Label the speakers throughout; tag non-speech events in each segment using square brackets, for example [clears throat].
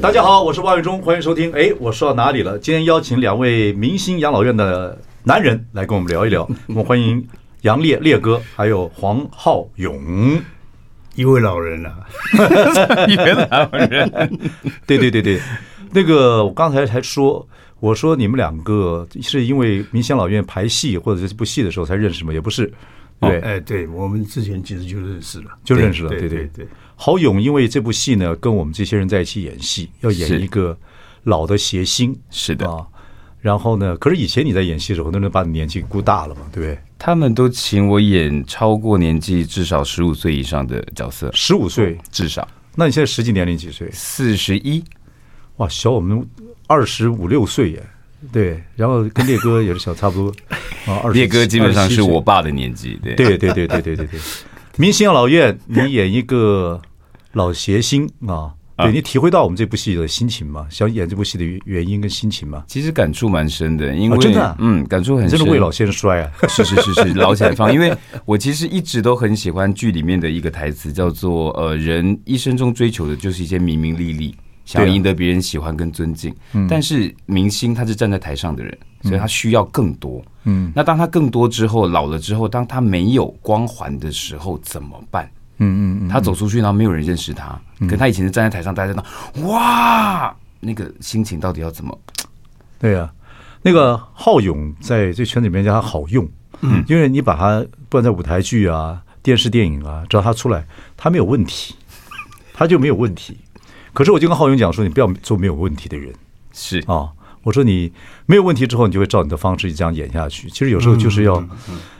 Speaker 1: 大家好，我是王伟忠，欢迎收听。哎，我说到哪里了？今天邀请两位明星养老院的男人来跟我们聊一聊。我们欢迎杨烈烈哥，还有黄浩勇。
Speaker 2: 一位老人啊，
Speaker 3: 一边老
Speaker 2: [laughs]
Speaker 3: 人，
Speaker 1: 对对对对， [laughs] 那个我刚才还说，我说你们两个是因为明星老院排戏或者是这部戏的时候才认识吗？也不是，
Speaker 3: 哦
Speaker 1: 对，
Speaker 2: 哎，对我们之前其实就认识了，
Speaker 1: 就认识了。对
Speaker 2: 对
Speaker 1: 对。郝勇因为这部戏呢，跟我们这些人在一起演戏，要
Speaker 3: 是
Speaker 1: 演一个老的谐星，
Speaker 3: 是的
Speaker 1: 啊。然后呢，可是以前你在演戏的时候，很多人把你年纪估大了嘛，对不对？
Speaker 3: 他们都请我演超过年纪至少十五岁以上的角色，
Speaker 1: 十五岁，
Speaker 3: 至少
Speaker 1: 那你现在实际年龄几岁？
Speaker 3: 四十一。
Speaker 1: 哇，小我们二十五六岁耶。对，然后跟烈哥也是小差不多啊，二
Speaker 3: 烈哥基本上是
Speaker 1: 我。
Speaker 3: 我爸的年纪，对
Speaker 1: 对对对对对 [laughs] 对对，明星养老院，你演一个老谐星啊，对你体会到我们这部戏的心情吗？想演这部戏的原因跟心情吗？
Speaker 3: 其实感触蛮深的，因为、
Speaker 1: 哦真的啊
Speaker 3: 嗯，感触很深，
Speaker 1: 真的为老先衰 [laughs] 啊！
Speaker 3: 是是是是，老起来放。因为我其实一直都很喜欢剧里面的一个台词，叫做“呃，人一生中追求的就是一些名名利利，想
Speaker 1: 啊
Speaker 3: 要赢得别人喜欢跟尊敬。
Speaker 1: 嗯
Speaker 3: 但是明星他是站在台上的人，所以他需要更多。嗯，那当他更多之后，老了之后，当他没有光环的时候怎么办？
Speaker 1: 嗯嗯嗯，
Speaker 3: 他走出去，然后没有人认识他，可他以前是站在台上，大家都哇，那个心情到底要怎么？
Speaker 1: 对呀、那个浩勇在这圈子里面叫他好用，嗯，因为你把他不管在舞台剧啊、电视电影啊，只要他出来，他没有问题，他就没有问题。可是我就跟浩勇讲说，你不要做没有问题的人。
Speaker 3: 是
Speaker 1: 啊、我说你没有问题之后，你就会照你的方式这样演下去。其实有时候就是要，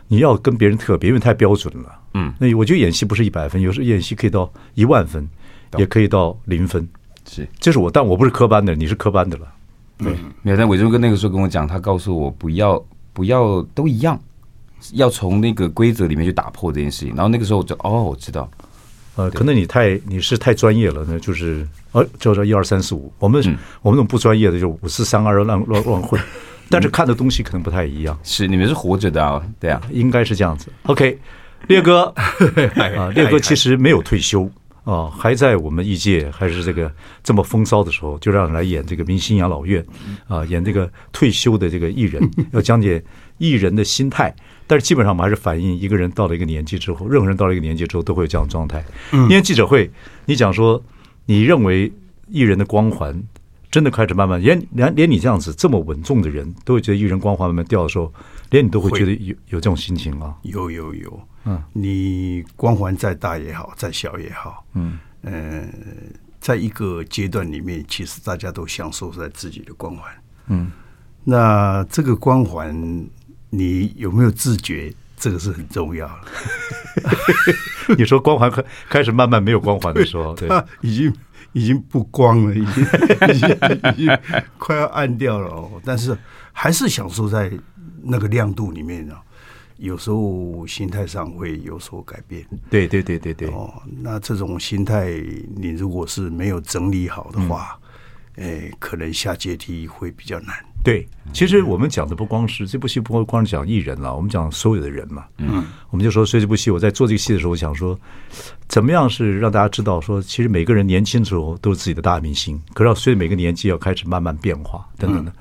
Speaker 1: 你要跟别人特别，因为太标准了。嗯，那我觉得演戏不是一百分，有时候演戏可以到一万分，也可以到零分。
Speaker 3: 是，
Speaker 1: 这是我，但我不是科班的，你是科班的了。
Speaker 3: 没有，但伟忠哥那个时候跟我讲，他告诉我不要不要都一样，要从那个规则里面去打破这件事情。然后那个时候我就哦，我知道，
Speaker 1: 呃，可能你太你是太专业了，那就是呃，就是一二三四五。我们、我们那种不专业的，就五四三二乱乱乱混，但是看的东西可能不太一样，
Speaker 3: 是你们是活着的啊，对啊，
Speaker 1: 应该是这样子。OK，烈 [laughs] 哥，啊，烈哥其实没有退休啊，还在我们艺界，还是这个这么风骚的时候，就让你来演这个明星养老院啊，演这个退休的这个艺 [laughs] 人，要讲解艺人的心态。但是基本上我们还是反映一个人到了一个年纪之后，任何人到了一个年纪之后都会有这样的状态。因为记者会，你讲说你认为艺人的光环真的开始慢慢，连连连你这样子这么稳重的人，都会觉得艺人光环慢慢掉的时候，连你都会觉得有有这种心情啊。 [laughs]
Speaker 2: 有有有，嗯，你光环再大也好，再小也好，嗯，呃，在一个阶段里面，其实大家都享受在自己的光环，嗯，那这个光环你有没有自觉，这个是很重要的。
Speaker 1: 你说光环开开始慢慢没有光环的时候，
Speaker 2: [laughs]
Speaker 1: 对，
Speaker 2: 它已经已经不光了，已经 [laughs] 已经已经快要暗掉了哦。但是还是享受在那个亮度里面呢、有时候心态上会有所改变
Speaker 1: 对对对对对，
Speaker 2: 哦。那这种心态，你如果是没有整理好的
Speaker 1: 嗯
Speaker 2: 话，诶、可能下阶梯会比较难。
Speaker 1: 对，其实我们讲的不光是这部戏，不光是讲艺人了，我们讲所有的人嘛。嗯，我们就说，所以这部戏我在做这个戏的时候，我想说，怎么样是让大家知道说，其实每个人年轻的时候都是自己的大明星，可是要随着每个年纪要开始慢慢变化等等的。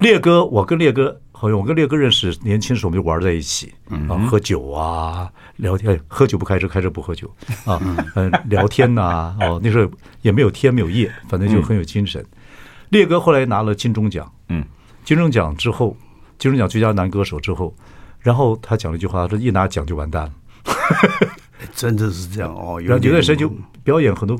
Speaker 1: 烈哥，我跟烈哥好像我跟烈哥认识，年轻时候我们就玩在一起啊，喝酒啊，聊天，哎喝酒不开车，开车不喝酒啊，嗯，聊天呐、哦，那时候也没有天没有夜，反正就很有精神。烈哥后来拿了金钟奖，
Speaker 3: 嗯，
Speaker 1: 金钟奖之后，金钟奖最佳男歌手之后，然后他讲了一句话，他说一拿奖就完蛋了，
Speaker 2: 诶真的是这样哦。
Speaker 1: 然后有
Speaker 2: 点
Speaker 1: 段时间就表演很多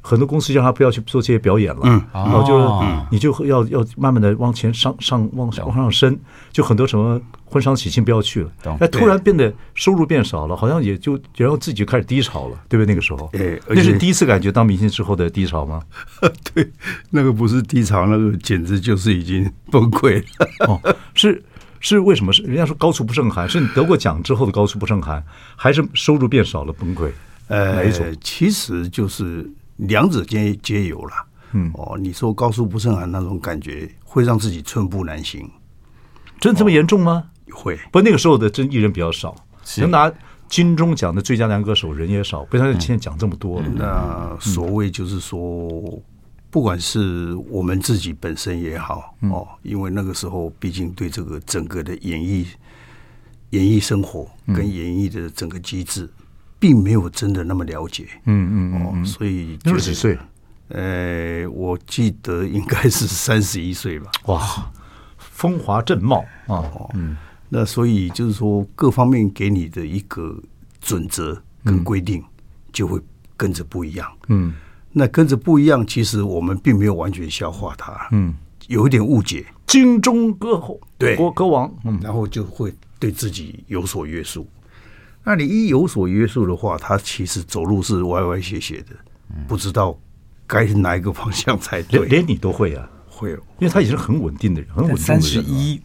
Speaker 1: 很多公司让他不要去做这些表演了，嗯，哦，就是你就要要慢慢的往前上上往往上升，就很多什么婚丧喜庆不要去了，那突然变得收入变少了，好像也就然后自己就开始低潮了，对不对？那个时候，
Speaker 2: 对，而
Speaker 1: 那是
Speaker 2: 且
Speaker 1: 你第一次感觉当明星之后的低潮吗？
Speaker 2: [laughs] 对，那个不是低潮，那个简直就是已经崩溃了。
Speaker 1: [laughs] 哦，是是为什么？是人家说高处不胜寒，是你得过奖之后的高处不胜寒，还是收入变少了崩溃？
Speaker 2: 呃，
Speaker 1: 哪一种？
Speaker 2: 其实就是两者皆皆有啦。嗯，哦，你说高速不胜寒那种感觉，会让自己寸步难行，
Speaker 1: 真的这么严重吗？
Speaker 2: 会。
Speaker 1: 不，那个时候的真艺人比较少，能拿金钟奖的最佳男歌手人也少，不像现在奖这么多了。
Speaker 2: 那所谓就是说，不管是我们自己本身也好，哦，因为那个时候毕竟对这个整个的演艺、演艺生活跟演艺的整个机制，并没有真的那么了解。嗯嗯哦，所以
Speaker 1: 那时
Speaker 2: 就
Speaker 1: 候几岁？
Speaker 2: 呃，我记得应该是三十一岁吧。
Speaker 1: 哇，风华正茂啊！
Speaker 2: 嗯，那所以就是说，各方面给你的一个准则跟规定，就会跟着不一样。
Speaker 1: 嗯，
Speaker 2: 那跟着不一样，其实我们并没有完全消化它，嗯，有一点误解，
Speaker 1: 金钟歌后，
Speaker 2: 对
Speaker 1: 国歌王，嗯，
Speaker 2: 然后就会对自己有所约束。那你一有所约束的话，他其实走路是歪歪斜斜的，不知道该哪一个方向才
Speaker 1: 连
Speaker 2: 嗯对。
Speaker 1: 连你都会啊，
Speaker 2: 会有
Speaker 1: 因为他已经是很稳定的人，很稳定的
Speaker 3: 三十
Speaker 1: 人了。
Speaker 3: 一，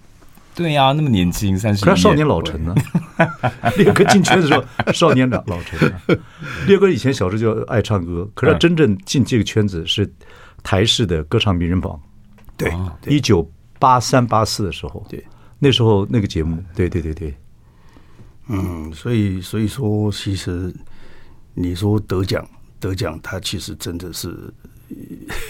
Speaker 3: 对呀、那么年轻，三十一，
Speaker 1: 可是少年老成呢？ [laughs] 烈哥进圈的时候，少年老老成、啊。烈哥以前小时候就爱唱歌，
Speaker 2: 嗯
Speaker 1: 可是他真正进这个圈子是台式的歌唱名人榜，啊
Speaker 2: 对对
Speaker 1: 一九八三八四的时候。
Speaker 2: 对，
Speaker 1: 那时候那个节目，对对对对，
Speaker 2: 嗯，所以所以说，其实你说得奖得奖，它其实真的是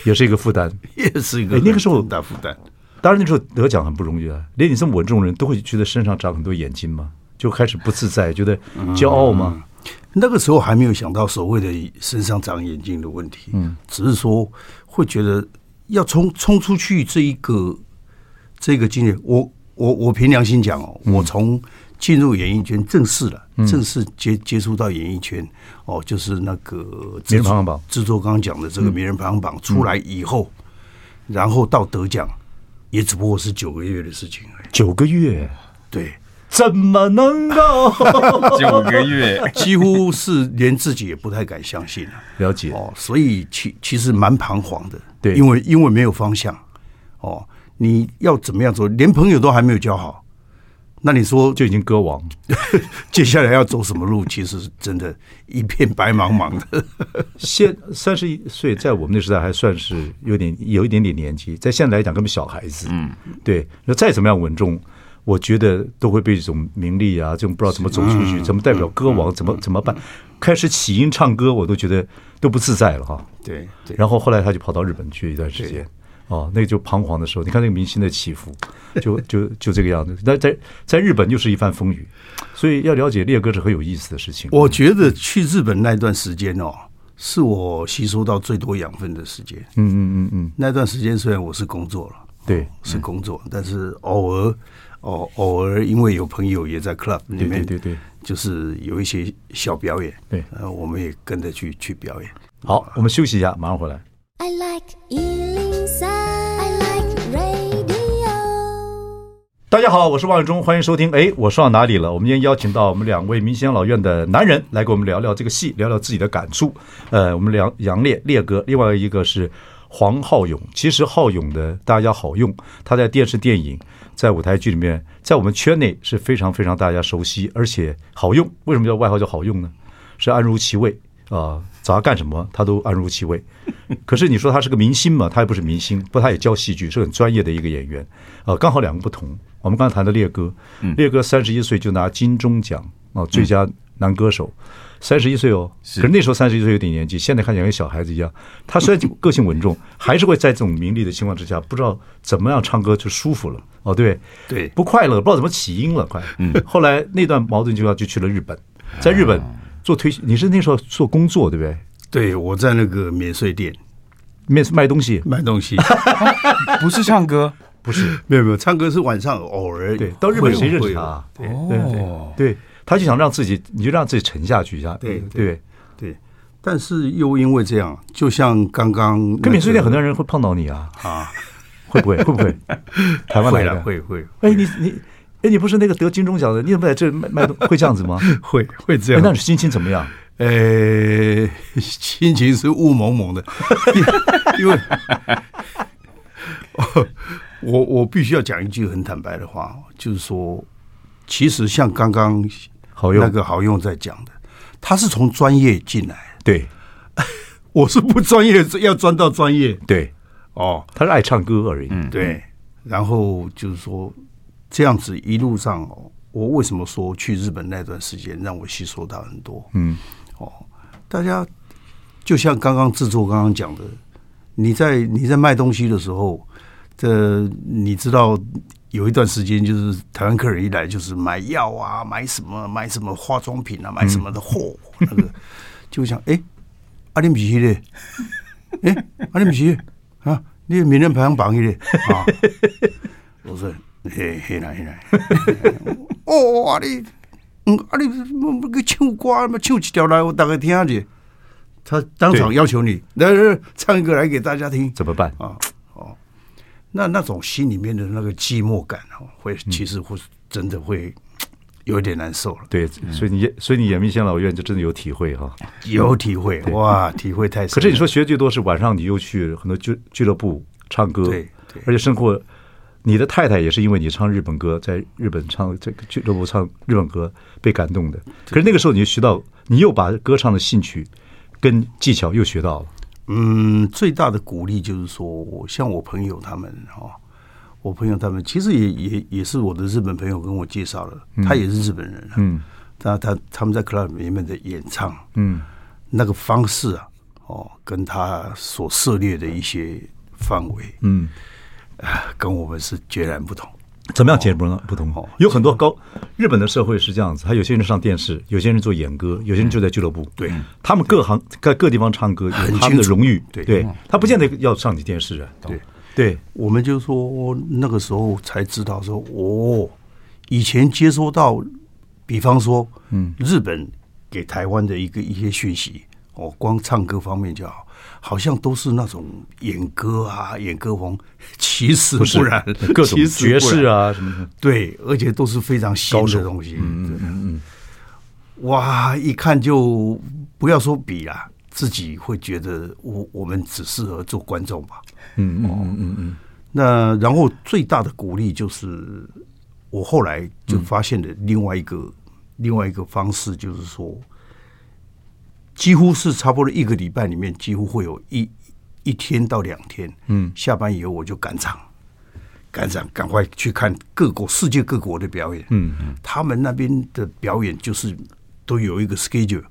Speaker 1: 也是一个负担。
Speaker 2: 也是一个
Speaker 1: 哎那个时候
Speaker 2: 很大负担。
Speaker 1: 当然那时候得奖很不容易啊，连你这么稳重的人都会觉得身上长很多眼睛嘛，就开始不自在，觉得
Speaker 2: 嗯
Speaker 1: 骄傲嘛。
Speaker 2: 那个时候还没有想到所谓的身上长眼睛的问题，嗯，只是说会觉得要冲冲出去这一个这个经历，我我我凭良心讲哦，我从进入演艺圈正式了，正式接接触到演艺圈哦，就是那个制
Speaker 1: 名人
Speaker 2: 作
Speaker 1: 排行榜
Speaker 2: 制作刚刚讲的这个名人排行榜出来以后，然后到得奖，也只不过是九个月的事情而已。
Speaker 1: 九个
Speaker 2: 嗯
Speaker 1: 月
Speaker 2: 对，
Speaker 1: 怎么能够
Speaker 3: [laughs]
Speaker 2: 嗯
Speaker 3: 九个月，
Speaker 2: 几乎是连自己也不太敢相信了、
Speaker 1: 了解？
Speaker 2: 哦，所以其其实蛮彷徨的，
Speaker 1: 对
Speaker 2: 因为因为没有方向，哦，你要怎么样做，连朋友都还没有交好，那你说
Speaker 1: 就已经歌王，
Speaker 2: 接下来要走什么路？其实真的，一片白茫茫的。
Speaker 1: 现三十一岁，在我们那时代还算是有点有一点点年纪，在现在来讲根本小孩子。嗯，对。那再怎么样稳重，我觉得都会被这种名利啊，这种不知道怎么走出
Speaker 2: 嗯
Speaker 1: 去，怎么代表歌王，怎么怎么办？开始起音唱歌，我都觉得都不自在了哈。
Speaker 2: [laughs] 对对，
Speaker 1: 然后后来他就跑到日本去一段时间
Speaker 2: 对。
Speaker 1: 哦，那个就彷徨的时候，你看那个明星的起伏，就就就这个样子。那在在日本又是一番风雨，所以要了解烈哥是很有意思的事情。
Speaker 2: 我觉得去日本那段时间哦，是我吸收到最多养分的时间。嗯嗯嗯嗯，那段时间虽然我是工作了。
Speaker 1: 对
Speaker 2: 是工作，但是偶尔，偶偶尔因为有朋友也在 club 里面，
Speaker 1: 对对对，
Speaker 2: 就是有一些小表演，
Speaker 1: 对
Speaker 2: 呃，我们也跟着去去表演。
Speaker 1: 好，我们休息一下，马上回来。
Speaker 4: I like Ealing Sound. I like radio.
Speaker 1: 大家好，我是王永忠，欢迎收听。哎，我说到哪里了？我们今天邀请到我们两位明星老院的男人来跟我们聊聊这个戏，聊聊自己的感触。呃，我们梁杨烈烈哥，另外一个是黄浩勇。其实浩勇的大家好用，他在电视、电影、在舞台剧里面，在我们圈内是非常非常大家熟悉，而且好用。为什么叫外号叫好用呢？是安如其位啊、找他干什么他都安如其位。 [laughs] 可是你说他是个明星嘛，他也不是明星，不，他也教戏剧，是很专业的一个演员。呃，刚好两个不同。我们刚才谈的烈哥，烈哥三十一岁就拿金钟奖啊、最佳男歌手，三十一岁哦。可是那时候三十一岁有点年纪，现在看起来跟小孩子一样。他虽然个性稳重，还是会在这种名利的情况之下，不知道怎么样唱歌就舒服了。哦，对
Speaker 2: 对
Speaker 1: 不快乐，不知道怎么起因了，快。嗯，后来那段矛盾就要就去了日本，在日
Speaker 2: 啊
Speaker 1: 本做推，你是那时候做工作对不对？
Speaker 2: 对，我在那个免税店
Speaker 1: 卖卖东西，
Speaker 2: 卖东西，
Speaker 3: [laughs] 不是唱歌，
Speaker 1: [laughs] 不是
Speaker 2: [laughs] 没有没有，唱歌是晚上偶尔
Speaker 1: 对，到日本谁认
Speaker 2: 会
Speaker 1: 识
Speaker 2: 有
Speaker 1: 他啊？
Speaker 2: 会有对
Speaker 1: 对对，他就想让自己，你就让自己沉下去一下，
Speaker 2: 对
Speaker 1: 对
Speaker 2: 对，但是又因为这样，就像刚刚那个
Speaker 1: 跟免税店很多人会碰到你啊，
Speaker 2: 啊，
Speaker 1: 会不会？会不
Speaker 2: [laughs]
Speaker 1: 会？台湾
Speaker 2: 会
Speaker 1: 来
Speaker 2: 了
Speaker 1: 的？
Speaker 2: 会会
Speaker 1: 哎，你你哎，你不是那个得金钟奖的，你怎么在这卖 [laughs] 卖东会这样子吗？
Speaker 2: 会会这
Speaker 1: 哎，那
Speaker 2: 样
Speaker 1: 你。心情怎么样？
Speaker 2: 呃，心情是雾蒙蒙的，因为，我我必须要讲一句很坦白的话，就是说，其实像刚刚
Speaker 1: 好用
Speaker 2: 那个好用在讲的，他是从专业进来，
Speaker 1: 对
Speaker 2: 我是不专业，要钻到专业
Speaker 1: 对，
Speaker 2: 哦，
Speaker 1: 他是爱唱歌而已。嗯
Speaker 2: 对，然后就是说这样子一路上哦，我为什么说去日本那段时间让我吸收到很多？
Speaker 1: 嗯，
Speaker 2: 哦，大家就像刚刚制作刚刚讲的，你在你在卖东西的时候，这你知道有一段时间就是台湾客人一来就是买药啊，买什么买什么化妆品啊，买什么的货，那个就想哎，阿林比 [laughs] 嘞，哎，阿林比啊，你的名人排行榜去嘞啊，我说嘿嘿啦嘿 [laughs] 啦，哦啊你。嗯，啊你那个唱歌嘛，唱几条来，我大概听下去。他当场
Speaker 1: 对
Speaker 2: 要求你来来来唱一个来给大家听，
Speaker 1: 怎么办？
Speaker 2: 啊，哦，那那种心里面的那个寂寞感哦，会
Speaker 1: 嗯
Speaker 2: 其实会真的会有点难受了，
Speaker 1: 对，所以你演所以你演明星老院就真的有体会哈。
Speaker 2: 有体会哇，体会太深了。
Speaker 1: 可是你说学最多是晚上，你又去很多俱俱乐部唱歌，
Speaker 2: 对对
Speaker 1: 而且生活，你的太太也是因为你唱日本歌，在日本唱这个俱乐部唱日本歌被感动的。可是那个时候你就学到，你又把歌唱的兴趣跟技巧又学到了，
Speaker 2: 嗯，最大的鼓励就是说，我像我朋友他们哦，我朋友他们其实也也也是我的日本朋友跟我介绍了，他也是日本人、啊，嗯，他他他们在 club 里面的演唱，嗯，那个方式啊，哦，跟他所涉猎的一些范围，嗯，跟我们是截然不同，
Speaker 1: 怎么样解不同不同
Speaker 2: 哦？
Speaker 1: 有很多高日本的社会是这样子，他有些人上电视，有些人做演歌，有些人就在俱乐部，
Speaker 2: 嗯
Speaker 1: 嗯
Speaker 2: 对
Speaker 1: 他们各行各各地方唱歌有他们
Speaker 2: 清
Speaker 1: 的
Speaker 2: 楚
Speaker 1: 荣誉，
Speaker 2: 对哦
Speaker 1: 对他不见得要上你电视啊，
Speaker 2: 对。
Speaker 1: 对。
Speaker 2: 我们就说那个时候才知道说，哦，以前接收到，比方说，嗯，日本给台湾的一个一些讯息，哦，光唱歌方面就好，好像都是那种演歌啊，演歌风，其实
Speaker 1: 不是
Speaker 2: 不然，
Speaker 1: [laughs] 各种
Speaker 2: 其实不
Speaker 1: 爵
Speaker 2: 然
Speaker 1: 士，啊什么的，
Speaker 2: 对，而且都是非常新的东西，嗯嗯嗯，哇，一看就不要说比啦，自己会觉得我我们只适合做观众吧，
Speaker 1: 嗯嗯嗯嗯嗯，
Speaker 2: 那然后最大的鼓励就是，我后来就发现了另外一个、
Speaker 1: 嗯
Speaker 2: 另外一个方式，就是说，几乎是差不多一个礼拜里面，几乎会有一一天到两天，嗯，下班以后我就赶场，赶场赶快去看各国世界各国的表演，嗯，他们那边的表演就是都有一个 schedule。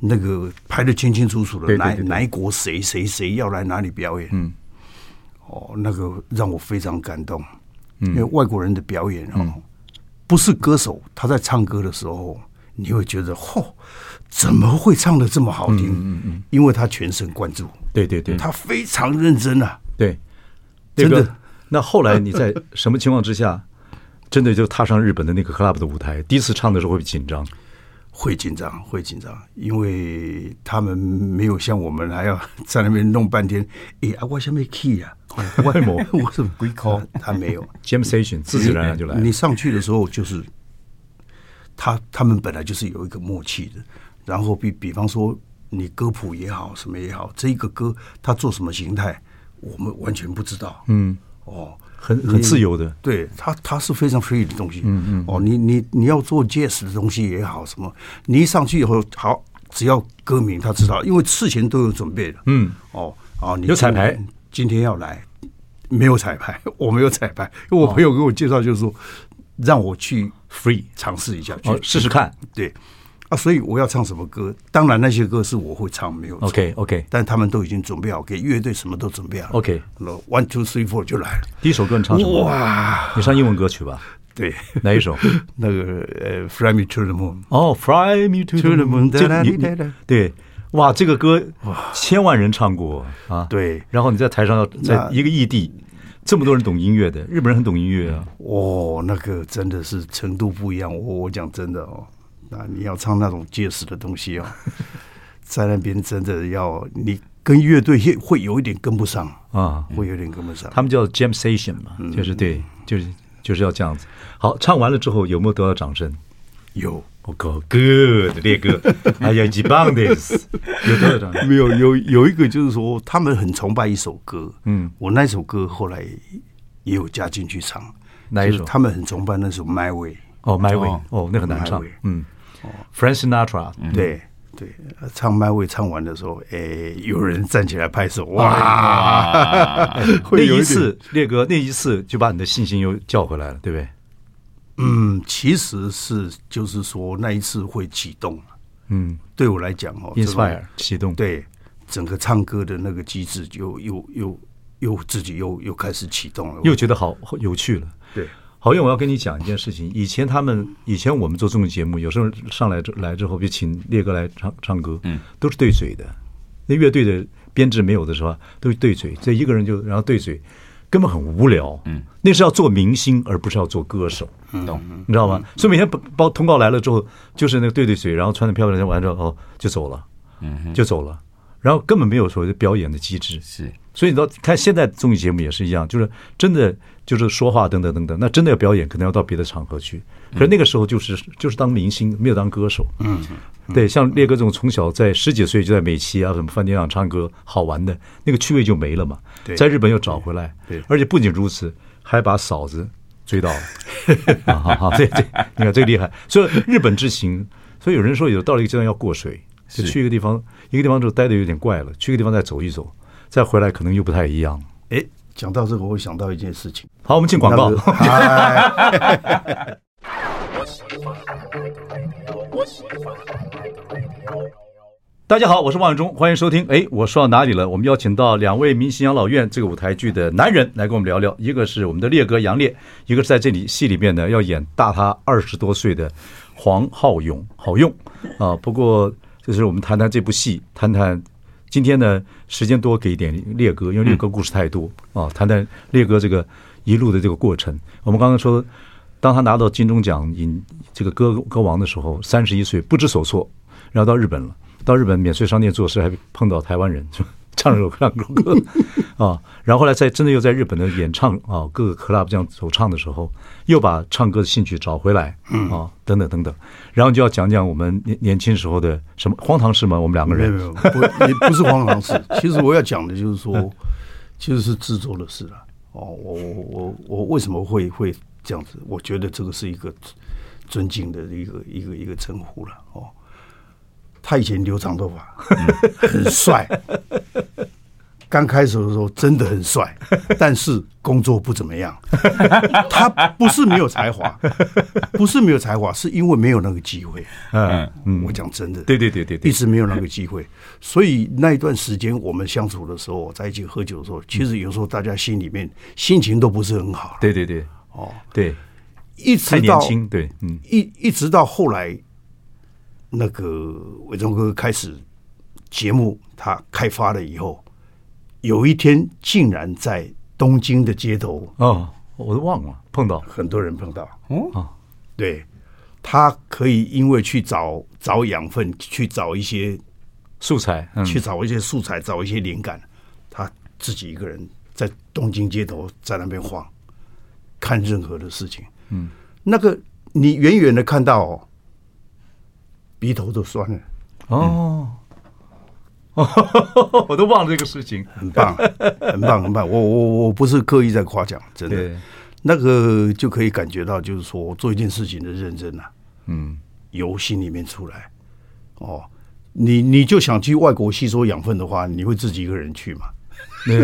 Speaker 2: 那个排的清清楚楚的，
Speaker 1: 对对
Speaker 2: 哪
Speaker 1: 对对
Speaker 2: 哪一国谁谁谁要来哪里表演，嗯，哦，那个让我非常感动，因为外国人的表演哦，不是歌手他在唱歌的时候，你会觉得嚯、怎么会唱的这么好听？嗯嗯，因为他全神贯注，
Speaker 1: 对对对，
Speaker 2: 他非常认真啊。
Speaker 1: 对，那
Speaker 2: 嗯真的
Speaker 1: 个那后来你在什么情况之
Speaker 2: [laughs]
Speaker 1: 下，真的就踏上日本的那个 club 的舞台？第一次唱的时候会不会紧张？
Speaker 2: 会紧张，会紧张，因为他们没有像我们还要 [laughs] 在那边弄半天。诶、啊，我什么 key 啊？我
Speaker 1: 什么
Speaker 2: [laughs] 我什么鬼 call？他没有，
Speaker 1: jam session 自自然然就来
Speaker 2: 你
Speaker 1: 了
Speaker 2: 你。上去的时候就是，他他们本来就是有一个默契的，然后比比方说你歌谱也好，什么也好，这一个歌它做什么形态，我们完全不知道。嗯，哦，
Speaker 1: 很
Speaker 2: 你
Speaker 1: 很自由的
Speaker 2: 对它它是非常 free 的东西。嗯嗯，哦，你你你要做 jazz 的东西也好，什么，你一上去以后好。只要歌名他知道，因为事前都有准备的。嗯，哦，啊，你
Speaker 1: 有彩排
Speaker 2: 今天，今天要来，没有彩排， [laughs] 我没有彩排，因为我朋友给我介绍，就是说让我去
Speaker 1: free
Speaker 2: 尝试一下，去
Speaker 1: 哦，试试看。
Speaker 2: 对啊，所以我要唱什么歌，当然那些歌是我会唱，没有错
Speaker 1: OK，OK
Speaker 2: 但他们都已经准备好，给乐队什么都准备好了
Speaker 1: OK 啊
Speaker 2: one two three four 就来了，
Speaker 1: 第一首歌你唱什么？
Speaker 2: 哇，
Speaker 1: 你唱英文歌曲吧？
Speaker 2: 对，
Speaker 1: 哪一首？
Speaker 2: [laughs] 那个呃，Fly Me to the Moon，
Speaker 1: 哦，Fly Me to the
Speaker 2: To the
Speaker 1: Moon，
Speaker 2: moon，
Speaker 1: 这
Speaker 2: 哒
Speaker 1: 你
Speaker 2: 哒哒
Speaker 1: 你
Speaker 2: 哒
Speaker 1: 对，哇，这个歌千万人唱过啊。
Speaker 2: 对
Speaker 1: 然后你在台上要在
Speaker 2: 那
Speaker 1: 一个异地，这么多人懂音乐的，日本人很懂音乐啊。
Speaker 2: 哦，那个真的是程度不一样，我我讲真的哦，那你要唱那种结实的东西哦，在那边真的要你跟乐队会会有一点跟不上，嗯
Speaker 1: 啊，
Speaker 2: 会有点跟不上。
Speaker 1: 他们叫 jam session 嘛，就是对，就是就是要这样子。好，唱完了之后有没有得到掌声？
Speaker 2: 有
Speaker 1: 我靠，good 烈哥， [laughs] 哎呀，一棒的，有得到掌声。
Speaker 2: 没有有有一个就是说，他们很崇拜一首歌，
Speaker 1: 嗯，
Speaker 2: 我那首歌后来也有加进去唱，
Speaker 1: 哪一
Speaker 2: 就
Speaker 1: 首
Speaker 2: 是他们很崇拜那首《My Way》，
Speaker 1: 哦，My Way，
Speaker 3: 哦
Speaker 1: 哦，那很难唱
Speaker 2: My Way，
Speaker 1: 嗯，Frank [laughs] Sinatra，
Speaker 2: 对对，呃唱《My Way》唱完的时候，哎，有人站起来拍手，哇，
Speaker 1: 那
Speaker 2: [laughs] 会有
Speaker 1: 一
Speaker 2: 点
Speaker 1: 次，烈哥那一次就把你的信心又叫回来了，对不对？
Speaker 2: 嗯，其实是就是说那一次会启动，
Speaker 1: 嗯
Speaker 2: 对我来讲哦这种
Speaker 1: ，inspire 启动，，
Speaker 2: 对整个唱歌的那个机制就又又又自己又又开始启动了，
Speaker 1: 又觉得好有趣了。
Speaker 2: 对
Speaker 1: 郝燕，我要跟你讲一件事情。以前他们，以前我们做综艺节目，有时候上来之来之后，就请烈哥来唱唱歌，嗯，都是对嘴的。那乐队的编制没有的时候啊，都是对嘴，这一个人就然后对嘴，根本很无聊。嗯，那是要做明星，而不是要做歌手，
Speaker 3: 懂？
Speaker 1: 你知道吗？所以每天报报通告来了之后，就是那个对对嘴，然后穿的漂漂亮亮，完了之后哦就走了，嗯，就走了，然后根本没有所谓的表演的机制，
Speaker 3: 是
Speaker 1: 所以你到看现在综艺节目也是一样，就是真的就是说话等等等等，那真的要表演，可能要到别的场合去。可是那个时候就是就是当明星，没有当歌手。嗯，对，像烈哥这种从小在十几岁就在美琪啊什么饭店上唱歌，好玩的那个趣味就没了嘛。
Speaker 2: 对
Speaker 1: 在日本又找回来
Speaker 2: 对，
Speaker 1: 而且不仅如此，还把嫂子追到了。 [laughs] 哈哈哈，对对，你啊看这个厉害。所以日本之行，所以有人说有到了一个阶段要过水，就是去一个地方，一个地方就待的有点怪了，去一个地方再走一走，再回来可能又不太一样。
Speaker 2: 哎，讲到这个，我想到一件事情，
Speaker 1: 好，我们进广告
Speaker 2: 那。个哎
Speaker 1: 大家好，我是王永忠，欢迎收听。哎，我说到哪里了？我们邀请到两位明星养老院这个舞台剧的男人来跟我们聊聊，一个是我们的烈哥杨烈，一个是在这里戏里面呢要演大他二十多岁的黄浩勇，好用啊。不过就是我们谈谈这部戏，谈谈今天呢时间多给一点烈哥，因为烈哥故事太多啊，谈谈烈哥这个一路的这个过程。我们刚刚说，当他拿到金钟奖影这个歌歌王的时候，三十一岁不知所措，然后到日本了，到日本免税商店做事，还碰到台湾人，就唱首唱首歌 [laughs] 啊，然后后来在真的又在日本的演唱啊各个 club 这样走唱的时候，又把唱歌的兴趣找回来
Speaker 2: 嗯
Speaker 1: 啊，等等等等，然后就要讲讲我们年年轻时候的什么荒唐事吗？我们两个
Speaker 2: 没有
Speaker 1: 人
Speaker 2: 没有，不也不是荒唐事。其实我要讲的就是说，其实是制作的事了。哦，我我我我为什么会会这样子？我觉得这个是一个尊敬的一个一个一个称呼了。哦，他以前留长头发，很帅。刚开始的时候真的很帅，但是工作不怎么样。他不是没有才华，不是没有才华，是因为没有那个机会。
Speaker 1: 嗯，
Speaker 2: 我讲真的，
Speaker 1: 对对对对
Speaker 2: 一
Speaker 1: 对，
Speaker 2: 直没有那个机会，所以那一段时间我们相处的时候，在一起喝酒的时候，其实有时候大家心里面心情都不是很好，
Speaker 1: 对对对
Speaker 2: 哦，
Speaker 1: 对，
Speaker 2: 一
Speaker 1: 太
Speaker 2: 直
Speaker 1: 年
Speaker 2: 到
Speaker 1: 轻，对，嗯
Speaker 2: 一一直到后来，那个伟忠哥开始节目他开发了以后，有一天竟然在东京的街头，
Speaker 1: 哦，我都忘了碰到
Speaker 2: 很多人碰到，
Speaker 1: 哦
Speaker 2: 对他可以因为去找找养分，去找一些
Speaker 1: 素材，嗯，
Speaker 2: 去找一些素材，找一些灵感。他自己一个人在东京街头在那边晃，看任何的事情。嗯，那个你远远的看到、哦，鼻头都酸了，嗯
Speaker 1: 哦。 [laughs] 哦，我都忘了这个事情。
Speaker 2: 很
Speaker 1: [laughs]
Speaker 2: 棒，很棒，很棒。我我我不是刻意在夸奖，真
Speaker 1: 对
Speaker 2: 的，那个就可以感觉到，就是说做一件事情的认真啊，
Speaker 1: 嗯，
Speaker 2: 由心里面出来。哦，你你就想去外国吸收养分的话，你会自己一个人去吗？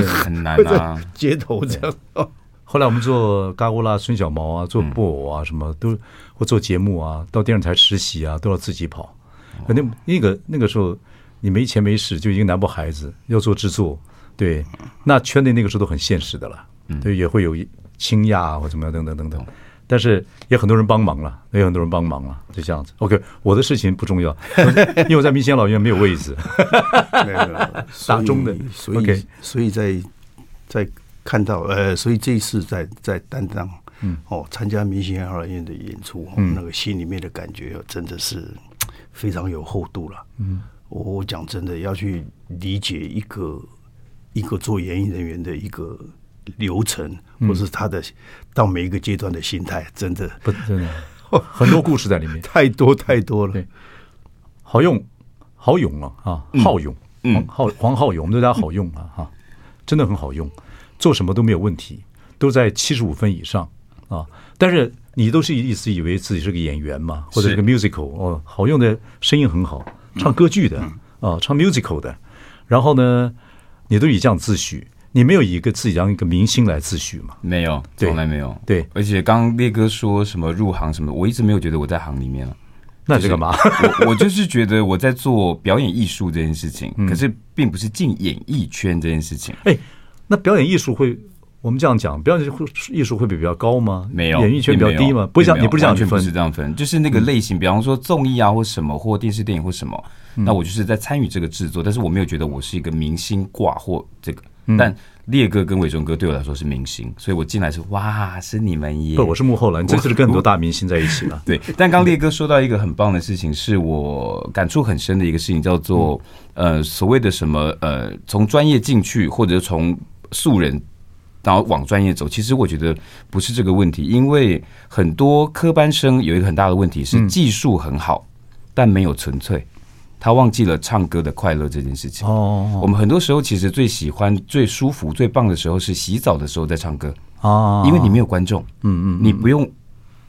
Speaker 3: 很难啊
Speaker 2: 在。街头这样。哦
Speaker 1: 后来我们做嘎咕啦、孙小毛啊，做布偶啊，什么都或做节目啊，到电视台实习啊，都要自己跑。那那个那个时候，你没钱没势，就一个南部孩子要做制作，对，那圈内那个时候都很现实的了，对，也会有倾轧啊或怎么样等等等等。但是也很多人帮忙了，也有很多人帮忙了，就这样子。OK，我的事情不重要， [laughs] 因为我在明星老院没有位置。
Speaker 2: 没有没有
Speaker 1: 打中的
Speaker 2: 所以
Speaker 1: OK
Speaker 2: 所以在在看到呃，所以这一次在在担当，嗯，哦，参加明星二院的哦演出，哦，那个心里面的感觉，真的是非常有厚度了，嗯，我我讲真的要去理解一个一个做演艺人员的一个流程，或是他的到每一个阶段的心态，真的
Speaker 1: 不真的很多故事在里面，
Speaker 2: 太多太多了
Speaker 1: 对。好用，好勇啊啊，好勇，嗯，浩黄浩勇，我们都叫他好用啊哈、真的很好用，做什么都没有问题，都在七十五分以上啊。但是你都是一直以为自己是个演员嘛，或者是个嗯 musical 哦，好用的声音很好，唱歌剧的啊，唱 musical 的，然后呢，你都以这样自诩，你没有以一个自己当一个明星来自诩嘛？
Speaker 3: [laughs] 没有，
Speaker 1: 对
Speaker 3: 从来没有。
Speaker 1: 对
Speaker 3: 而且刚刚烈哥说什么入行什么的，我一直没有觉得我在行里 [laughs] 面了。啊
Speaker 1: 那你在干嘛？
Speaker 3: 我我就是觉得我在做表演艺术这件事情，可是并不是进演艺圈这件事情。
Speaker 1: 哎，那表演艺术会，我们这样讲，表演艺术会比比较高吗？
Speaker 3: 没有，
Speaker 1: 演艺圈比较
Speaker 3: 并没
Speaker 1: 低
Speaker 3: 有
Speaker 1: 吗？不是这样，
Speaker 3: 并没
Speaker 1: 你
Speaker 3: 有
Speaker 1: 不是这样
Speaker 3: 完
Speaker 1: 去
Speaker 3: 全不是
Speaker 1: 分。嗯
Speaker 3: 这样分，就是那个类型，比方说综艺啊，或什么，或电视电影或什么，
Speaker 1: 嗯
Speaker 3: 那我就是在参与这个制作，但是我没有觉得我是一个明星挂或这个。
Speaker 1: 嗯
Speaker 3: 但烈哥跟伟忠哥对我来说是明星，所以我进来是哇，是你们耶！
Speaker 1: 不，我是幕后了，你这次是跟很多大明星在一起了。
Speaker 3: 对，但刚烈哥说到一个很棒的事情，是我感触很深的一个事情，叫做呃所谓的什么呃从专业进去，或者从素人。然后往专业走，其实我觉得不是这个问题，因为很多科班生有一个很大的问题是技术很好，但没有纯粹，他忘记了唱歌的快乐这件事情。
Speaker 1: 哦
Speaker 3: [laughs] 我们很多时候其实最喜欢、最舒服、最棒的时候是洗澡的时候在唱歌。
Speaker 1: 啊
Speaker 3: 因为你没有观众，嗯嗯，你不用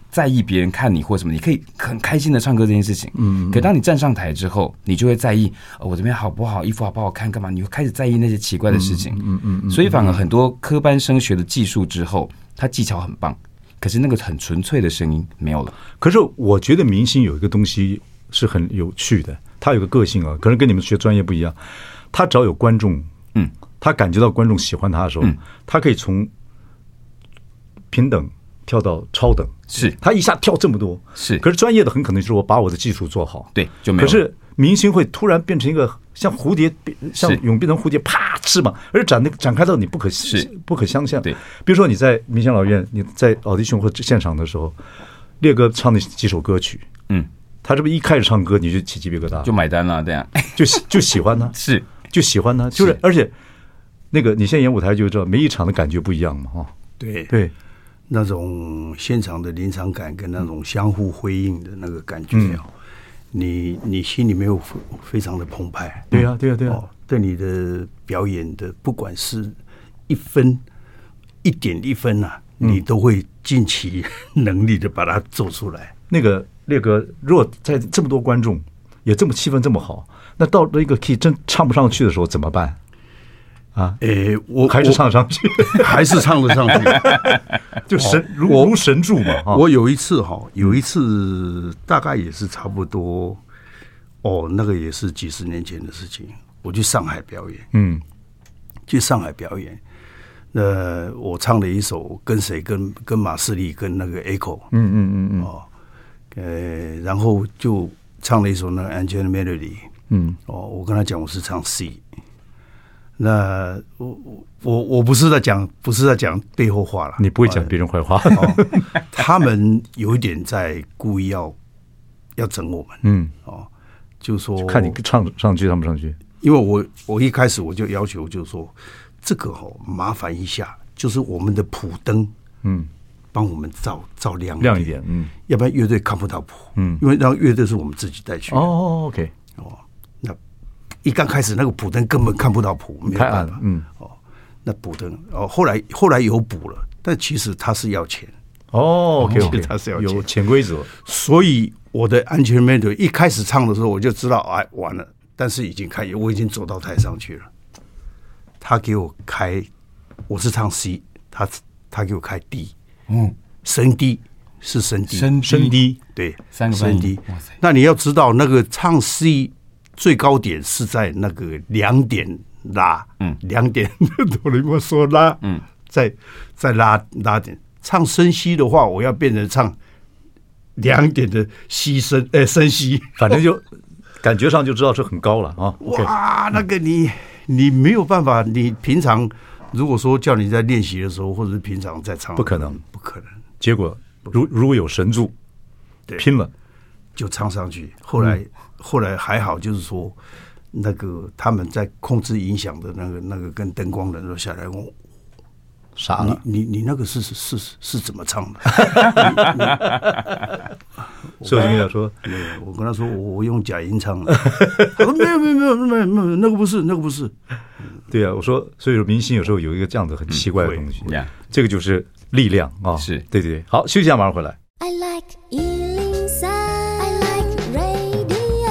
Speaker 3: 在意别人看你或什么，你可以很开心的唱歌这件事情，嗯。可当你站上台之后，你就会在意、呃我这边好不好，衣服好不好看，干嘛？你会开始在意那些奇怪的事情，嗯嗯。所以反而很多科班生学的技术之后，他技巧很棒，可是那个很纯粹的声音没有了。
Speaker 1: 可是我觉得明星有一个东西是很有趣的，他有个个性啊，可能跟你们学专业不一样。他只要有观众，
Speaker 3: 嗯，
Speaker 1: 他感觉到观众喜欢他的时候，他可以从平等跳到超等，
Speaker 3: 是
Speaker 1: 他一下跳这么多，
Speaker 3: 是
Speaker 1: 可是专业的很可能就是我把我的技术做好，
Speaker 3: 对就没有
Speaker 1: 可
Speaker 3: 了
Speaker 1: 是 [laughs] 明星会突然变成一个像蝴蝶，像蛹变成蝴蝶，啪翅膀，而展那个展开到你不可
Speaker 3: 是
Speaker 1: 不可想象。
Speaker 3: 对
Speaker 1: 比如说你在明星老院，你在 audition 或者现场的时候，烈哥唱的几首歌曲，
Speaker 3: 嗯，
Speaker 1: 他这不一开始唱歌你就起鸡皮疙瘩，
Speaker 3: 就
Speaker 1: 就
Speaker 3: 买单了，这样
Speaker 1: 就喜就喜欢他，
Speaker 3: [laughs] 是
Speaker 1: 就喜欢他，就是
Speaker 3: 是
Speaker 1: 而且那个你现在演舞台就知道，每一场的感觉不一样嘛，哈、
Speaker 2: 对对
Speaker 1: 对，
Speaker 2: 那种现场的临场感跟那种相互辉映的那个感觉哦，
Speaker 1: 嗯
Speaker 2: 你你心里面有非非常的澎湃，
Speaker 1: 对呀、对呀、啊对呀、
Speaker 2: 哦，对你的表演的不管是一分一点一分啊，
Speaker 1: 嗯
Speaker 2: 你都会尽其 [laughs] 能力的把它做出来。
Speaker 1: 那个烈哥，如果在这么多观众，也这么气氛这么好，那到了一个 key 真唱不上去的时候怎么办？
Speaker 2: 诶， [laughs] 我
Speaker 1: 还是唱得上去，
Speaker 2: 我还是唱得上去。
Speaker 1: [laughs] 就神如如神助嘛啊！
Speaker 2: 我有一次哈，有一次大概也是差不多，哦，那个也是几十年前的事情。我去上海表演，
Speaker 1: 嗯
Speaker 2: 去上海表演，那我唱了一首跟谁跟跟马士利跟那个 Echo，
Speaker 1: 嗯嗯嗯
Speaker 2: 哦，呃，然后就唱了一首那个 Angel Melody，
Speaker 1: 嗯
Speaker 2: 哦，我跟他讲我是唱 C，那我我我我不是在讲不是在讲背后话了，
Speaker 1: 你不会讲别人坏话，
Speaker 2: 哦，他们有一点在故意要要整我们
Speaker 1: 嗯，
Speaker 2: 哦，就
Speaker 1: [laughs]
Speaker 2: 说
Speaker 1: 看你唱上去唱不上去，
Speaker 2: 因为我我一开始我就要求就是说这个哦麻烦一下，就是我们的普灯
Speaker 1: 嗯，
Speaker 2: 帮我们照照亮
Speaker 1: 亮一点，嗯，
Speaker 2: 要不然乐队看不到谱，
Speaker 1: 嗯
Speaker 2: 因为那个乐队是我们自己带去的
Speaker 1: 哦，OK，
Speaker 2: 哦，那一刚开始那个补灯根本看不到谱，没有
Speaker 1: 太暗
Speaker 2: 办
Speaker 1: 了
Speaker 2: 法，
Speaker 1: 嗯，
Speaker 2: 哦，那补灯哦，后来后来有补了，但其实它是要钱，
Speaker 1: 哦，OK
Speaker 2: 我记
Speaker 1: OK，
Speaker 2: 得他是要
Speaker 1: 有
Speaker 2: 剪
Speaker 1: 潜规则，
Speaker 2: 所以我的安全面对一开始唱的时候我就知道，哎，完了，但是已经开，我已经走到台上去了，他给我开，我是唱 C，他他给我开 D，
Speaker 3: 嗯，
Speaker 2: 升 D 是升 D，
Speaker 3: 声
Speaker 1: 声低，
Speaker 2: 对，
Speaker 3: 三个半
Speaker 2: 声
Speaker 3: 音
Speaker 2: 低
Speaker 3: 哇塞。
Speaker 2: 那你要知道，那个唱 C 最高点是在那个两点拉，嗯，两点 [laughs] 哆来咪嗦拉，嗯，再再拉拉点。唱升息的话，我要变成唱两点的西升，呃，升息。
Speaker 1: 反正就感觉上就知道是很高了啊。OK，
Speaker 2: 哇，那个你你没有办法，你平常如果说叫你在练习的时候，或者是平常在唱，
Speaker 1: 不可能
Speaker 2: 不可能。
Speaker 1: 结果如如果有神助，
Speaker 2: 对
Speaker 1: 拼了，
Speaker 2: 就唱上去。后来、后来还好，就是说，那个他们在控制影响的那个那个跟灯光人都下来问
Speaker 1: 傻
Speaker 2: 我，
Speaker 1: 了，
Speaker 2: 你你你那个是是是是怎么唱的？哎
Speaker 1: 所以我跟你说，
Speaker 2: 没有我跟他说我我用假音唱的，他说没有没有没有没有没有那个不是那个不是，
Speaker 1: 对啊，我说，所以说明星有时候有一个这样的很奇怪的东西
Speaker 3: 会呀，
Speaker 1: 这个就是力量啊，
Speaker 3: 是
Speaker 1: 对对对。好，休息一下，马上回来。
Speaker 4: I like Ealing Sound. I like radio.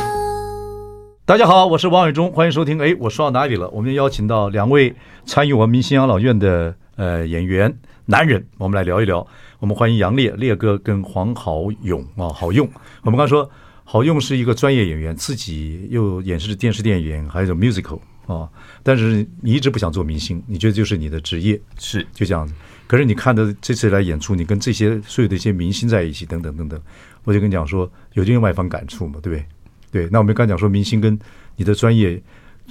Speaker 1: 大家好，我是王伟忠，欢迎收听。哎，我说到哪里了？我们邀请到两位参与我们明星养老院的呃演员，男人，我们来聊一聊。我们欢迎杨烈烈哥跟黄好勇啊，好用。我们刚才说好用是一个专业演员，自己又演示电视电影，还有 musical 啊，但是你一直不想做明星，你觉得就是你的职业，
Speaker 3: 是
Speaker 1: 就这样子。可是你看的这次来演出，你跟这些所有的一些明星在一起，等等等等，我就跟你讲说，有另外一番感触嘛，对不对？对，那我们刚才讲说，明星跟你的专业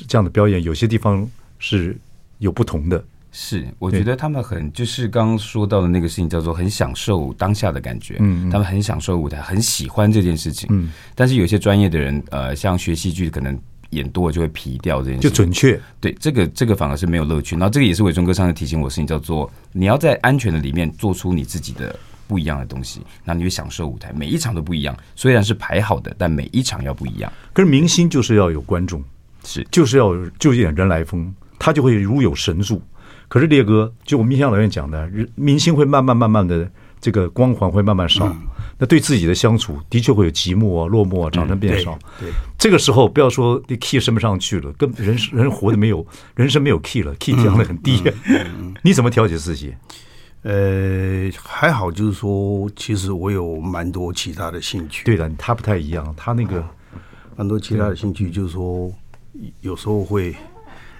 Speaker 1: 这样的表演，有些地方是有不同的。
Speaker 3: 是，我
Speaker 1: 对
Speaker 3: 觉得他们很就是刚刚说到的那个事情，叫做很享受当下的感觉。嗯，他们很享受舞台，很喜欢这件事情。嗯，但是有些专业的人，呃，像学戏剧，可能演多了就会疲掉这件
Speaker 1: 就
Speaker 3: 事情。
Speaker 1: 准确，
Speaker 3: 对，这个这个反而是没有乐趣。然后这个也是伟忠哥上次提醒我的事情，叫做你要在安全的里面做出你自己的不一样的东西，然后你就享受舞台，每一场都不一样。虽然是排好的，但每一场要不一样。
Speaker 1: 可是明星就是要有观众，
Speaker 3: 是
Speaker 1: 就是要有就是演人来疯，他就会如有神助。可是烈哥，就我们印象老院讲的，人明星会慢慢慢慢的这个光环会慢慢少，
Speaker 2: 嗯
Speaker 1: 那对自己的相处的确会有寂寞啊、落寞啊、掌声变少。
Speaker 2: 对对
Speaker 1: 这个时候不要说你 key 升不上去了，跟人人活的没有人生没有 key 了，key 降的很低，
Speaker 2: 嗯
Speaker 1: [laughs] 你怎么调节自己？
Speaker 2: 呃，还好就是说，其实我有蛮多其他的兴趣，
Speaker 1: 对的，他不太一样，他那
Speaker 2: [laughs]
Speaker 1: 个
Speaker 2: 蛮多其他的兴趣，就是说有时候会。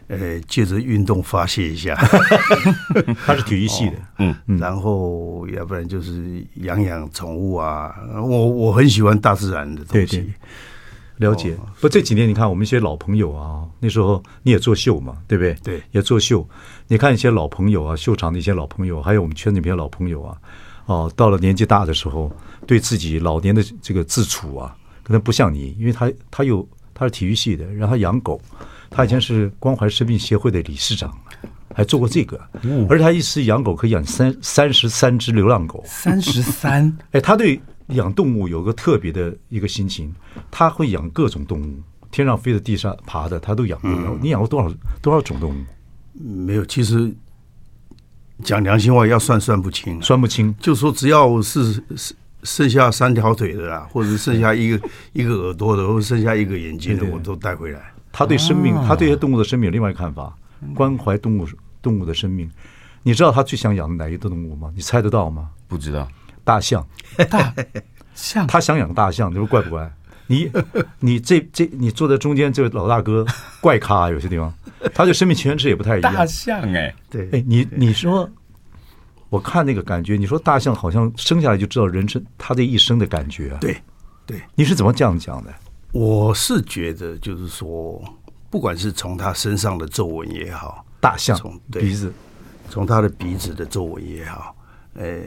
Speaker 2: 呃，借着运动发泄一下，
Speaker 1: 他是体育系的，
Speaker 2: 哦
Speaker 1: 嗯
Speaker 2: 然后要不然就是养养宠物啊。我我很喜欢大自然的东
Speaker 1: 对
Speaker 2: 西哦
Speaker 1: 对，了解。不，这几年你看我们一些老朋友啊，那时候你也做秀嘛，对不对？
Speaker 2: 对
Speaker 1: 也做秀。你看一些老朋友啊，秀场的一些老朋友，还有我们圈里面的老朋友啊，哦，到了年纪大的时候，对自己老年的这个自处啊，可能不像你，因为他他有他是体育系的，然后他养狗，他以
Speaker 2: 哦
Speaker 1: 前是关怀生命协会的理事长。还做过这个，
Speaker 2: 哦
Speaker 1: 而且他一次养狗可以养三三十三只流浪狗，
Speaker 3: 三十三，
Speaker 1: 哎，他对养动物有个特别的一个心情，他会养各种动物，天上飞的、地上爬的，他都养过。你养过多少多少种动物？
Speaker 2: 没有。其实讲良心话，要算算不清啊、
Speaker 1: 算不清。
Speaker 2: 就说只要是是剩下三条腿的啦，或者是剩下一个 [laughs] 一个耳朵的，或者剩下一个眼睛的，
Speaker 1: 对对
Speaker 2: 我都带回来。
Speaker 1: 他对生命，他对动物的生命有另外一个看法，关怀动物动物的生命。你知道他最想养哪一种动物吗？你猜得到吗？
Speaker 3: [laughs] 不知道
Speaker 1: 大象，
Speaker 3: 像
Speaker 1: 他想养大象，你说怪不怪？你你这这你坐在中间这位老大哥怪咖、啊有些地方，他对生命诠释也不太一样。
Speaker 3: 大象哎、 [laughs]
Speaker 2: 对，
Speaker 1: 哎，你你说，我看那个感觉，你说大象好像生下来就知道人生它这一生的感觉、啊，
Speaker 2: 对，对，
Speaker 1: 你是怎么这样讲的？
Speaker 2: 我是觉得就是说，不管是从他身上的皱纹也好，
Speaker 1: 大象
Speaker 2: 从对
Speaker 1: 鼻子，
Speaker 2: 从他的鼻子的皱纹也好，呃，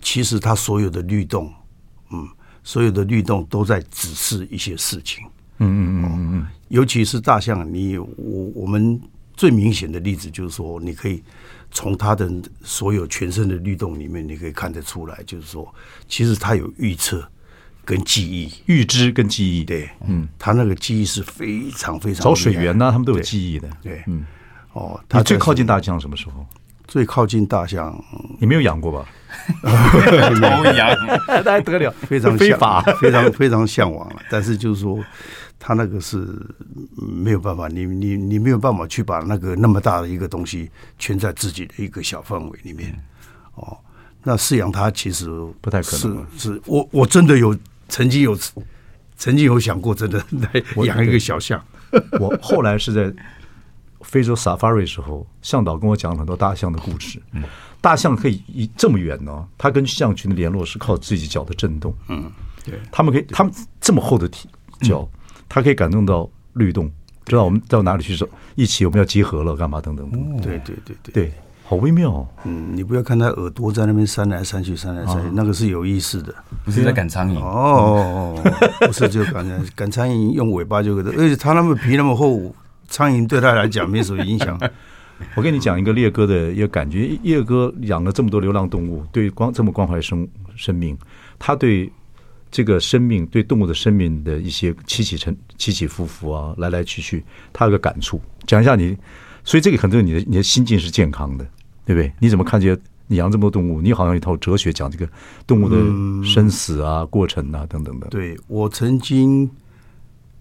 Speaker 2: 其实他所有的律动，嗯，所有的律动都在指示一些事情。哦
Speaker 1: 嗯嗯嗯嗯
Speaker 2: 尤其是大象，你我我们最明显的例子就是说，你可以从它的所有全身的律动里面，你可以看得出来，就是说，其实它有预测跟记忆，
Speaker 1: 嗯，预知跟记忆，，
Speaker 2: 对，嗯，它那个记忆是非常非常
Speaker 1: 找水源呐、
Speaker 2: 厉害
Speaker 1: 他们都有记忆的。
Speaker 2: 的，对，
Speaker 1: 嗯，
Speaker 2: 哦，它
Speaker 1: 你最
Speaker 2: 在
Speaker 1: 靠近大象什么时候？
Speaker 2: 最靠近大象，
Speaker 1: [laughs] 你没有养过
Speaker 2: [laughs]
Speaker 1: 吧？
Speaker 3: 欧阳，
Speaker 2: 哎
Speaker 1: 那还得了，
Speaker 2: 非
Speaker 1: [laughs]
Speaker 2: 常
Speaker 1: 非
Speaker 2: 向
Speaker 1: 法。，
Speaker 2: 非常非常向往了。但是就是说，他那个是嗯没有办法，你你你没有办法去把那个那么大的一个东西圈在自己的一个小范围里面。哦，那饲养它其实
Speaker 1: 嗯不太可能啊
Speaker 2: 是是我我真的有曾经有曾经有想过，真的 [laughs] 来
Speaker 1: 我
Speaker 2: 养一个小象。
Speaker 1: [laughs] 我后来是在非洲 safari 时候，向导跟我讲了很多大象的故事。
Speaker 2: 嗯
Speaker 1: 大象可以移这么远呢，它跟象群的联络是靠自己脚的震动。嗯，
Speaker 2: 对嗯
Speaker 1: 他们可以，他们这么厚的体脚，它可以感动到
Speaker 2: 哦
Speaker 1: 律动，知道我们到哪里去走，一起我们要集合了，干嘛等等等等。
Speaker 2: 对对对对
Speaker 1: 对，好微妙、哦。
Speaker 2: 嗯，你不要看他耳朵在那边扇来扇去，扇来扇
Speaker 1: 啊
Speaker 2: 去，那个是有意思的。
Speaker 3: 不是在赶苍蝇，
Speaker 2: 哦，不是就赶苍赶苍蝇用尾巴就可以，而且它那么皮那么厚，苍蝇对它来讲没什么影
Speaker 1: [laughs]
Speaker 2: 响。
Speaker 1: 我跟你讲一个烈哥的一个感觉，烈哥养了这么多流浪动物，对关这么关怀生生命，他对这个生命、对动物的生命的一些起起沉、起起伏伏啊，来来去去，他有个感触。讲一下你，所以这个很多你的你的心境是健康的，对不对？你怎么看这些？你养这么多动物，你好像有一套哲学讲这个动物的生死啊、过程啊等等的。
Speaker 2: 嗯对我曾经，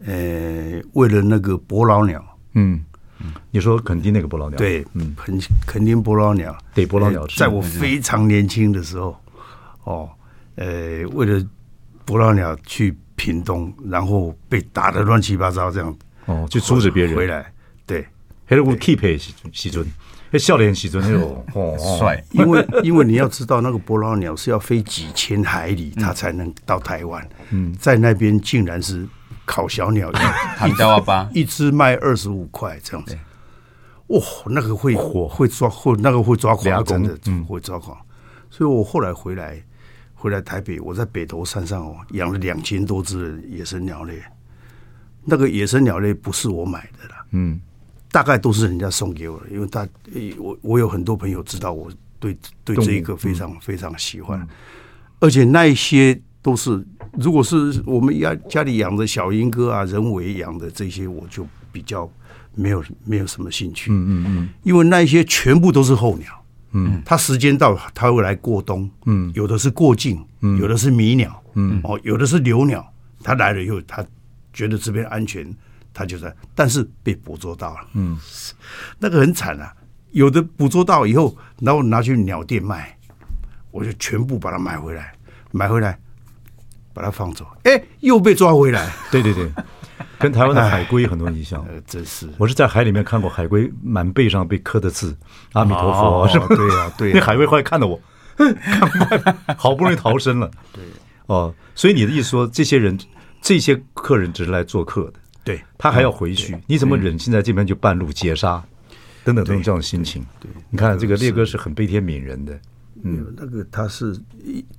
Speaker 2: 呃，为了那个伯劳鸟，
Speaker 1: 嗯，你说垦丁那个伯劳鸟，
Speaker 2: 对，
Speaker 1: 嗯，
Speaker 2: 肯肯定伯劳鸟，呃
Speaker 1: 逮伯劳鸟吃
Speaker 2: 在我非常年轻的时候，哦，呃，为了伯劳鸟去屏东，然后被打得乱七八糟，这样
Speaker 1: 哦，去阻止别人
Speaker 2: 回来，对，
Speaker 1: 还有我 keep 的时时阵，那笑脸时阵那种，哦，哦
Speaker 3: 帅，
Speaker 2: 因为因为你要知道，那个伯劳鸟是要飞几千海里，它才能到台湾，嗯，在那边竟然是烤小鸟一，
Speaker 3: 喊叫阿巴
Speaker 2: 一只卖二十五块这样子
Speaker 3: 对，
Speaker 2: 哇、那个会火会抓会那个会抓
Speaker 1: 俩
Speaker 2: 狂，真的
Speaker 1: 公嗯
Speaker 2: 会抓狂。所以我后来回来回来台北，我在北投山上哦养了两千多只的野生鸟类，那个野生鸟类不是我买的啦，
Speaker 1: 嗯，
Speaker 2: 大概都是人家送给我的，因为大诶我我有很多朋友知道我对对
Speaker 1: 动物嗯
Speaker 2: 这一个非常、非常喜欢，而且那一些都是如果是我们家家里养的小鹰哥啊，人为养的这些，我就比较没有没有什么兴趣，嗯嗯嗯，因为那一些全部都是候鸟，嗯，它时间到它会来过冬，嗯，有的是过境，嗯，有的是迷鸟，嗯，哦，有的是留鸟，它来了以后，它觉得这边安全。它就在，但是被捕捉到了，嗯，那个很惨啊。有的捕捉到以后，然后拿去鸟店卖，我就全部把它买回来，买回来把它放走，哎，又被抓回来，
Speaker 1: 对对对，跟台湾的海龟有很多影响。
Speaker 2: 呃，真是。
Speaker 1: 我是在海里面看过海龟满背上被刻的字“阿弥陀佛”，
Speaker 2: 哦
Speaker 1: 是吧？
Speaker 2: 对呀对呀
Speaker 1: 那海龟后来看到我， [laughs] 看不好不容易逃生了。对，哦，所以你的意思说，这些人，这些客人只是来做客的，
Speaker 2: 对
Speaker 1: 他还要回去，你怎么忍心在这边就半路截杀，等等等等这样的心情？对，你看这个烈哥是很悲天悯人的，
Speaker 2: 嗯，那个它是